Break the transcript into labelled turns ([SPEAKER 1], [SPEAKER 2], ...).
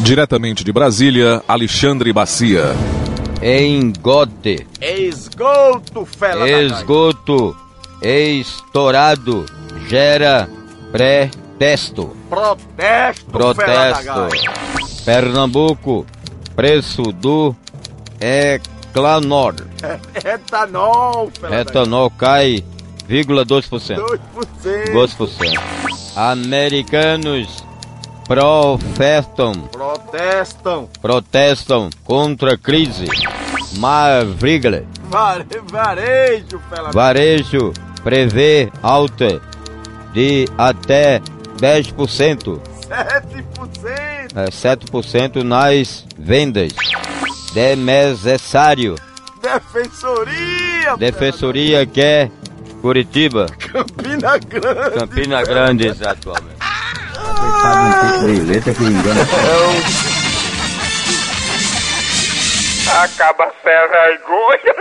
[SPEAKER 1] Diretamente de Brasília, Alexandre Bacia.
[SPEAKER 2] Engode,
[SPEAKER 3] Esgoto, fela
[SPEAKER 2] esgoto, estourado, gera, pré-testo,
[SPEAKER 3] Protesto, fela da
[SPEAKER 2] protesto. Pernambuco, preço do Eclanor.
[SPEAKER 3] gaia. Etanol, fela
[SPEAKER 2] Etanol cai, vírgula 2%.
[SPEAKER 3] da gaia. 2%.
[SPEAKER 2] 2%. Americanos profetam,
[SPEAKER 3] Protestam.
[SPEAKER 2] protestam contra a crise. Mavrigle,
[SPEAKER 3] Vare, varejo, fela da
[SPEAKER 2] varejo prevê alta de até 10%,
[SPEAKER 3] 7%.
[SPEAKER 2] é, 7% nas vendas. Demessário,
[SPEAKER 3] Defensoria,
[SPEAKER 2] Defensoria quer Curitiba,
[SPEAKER 3] fela da Campina Grande.
[SPEAKER 2] Campina Grande, atualmente.
[SPEAKER 4] Acaba a vergonha.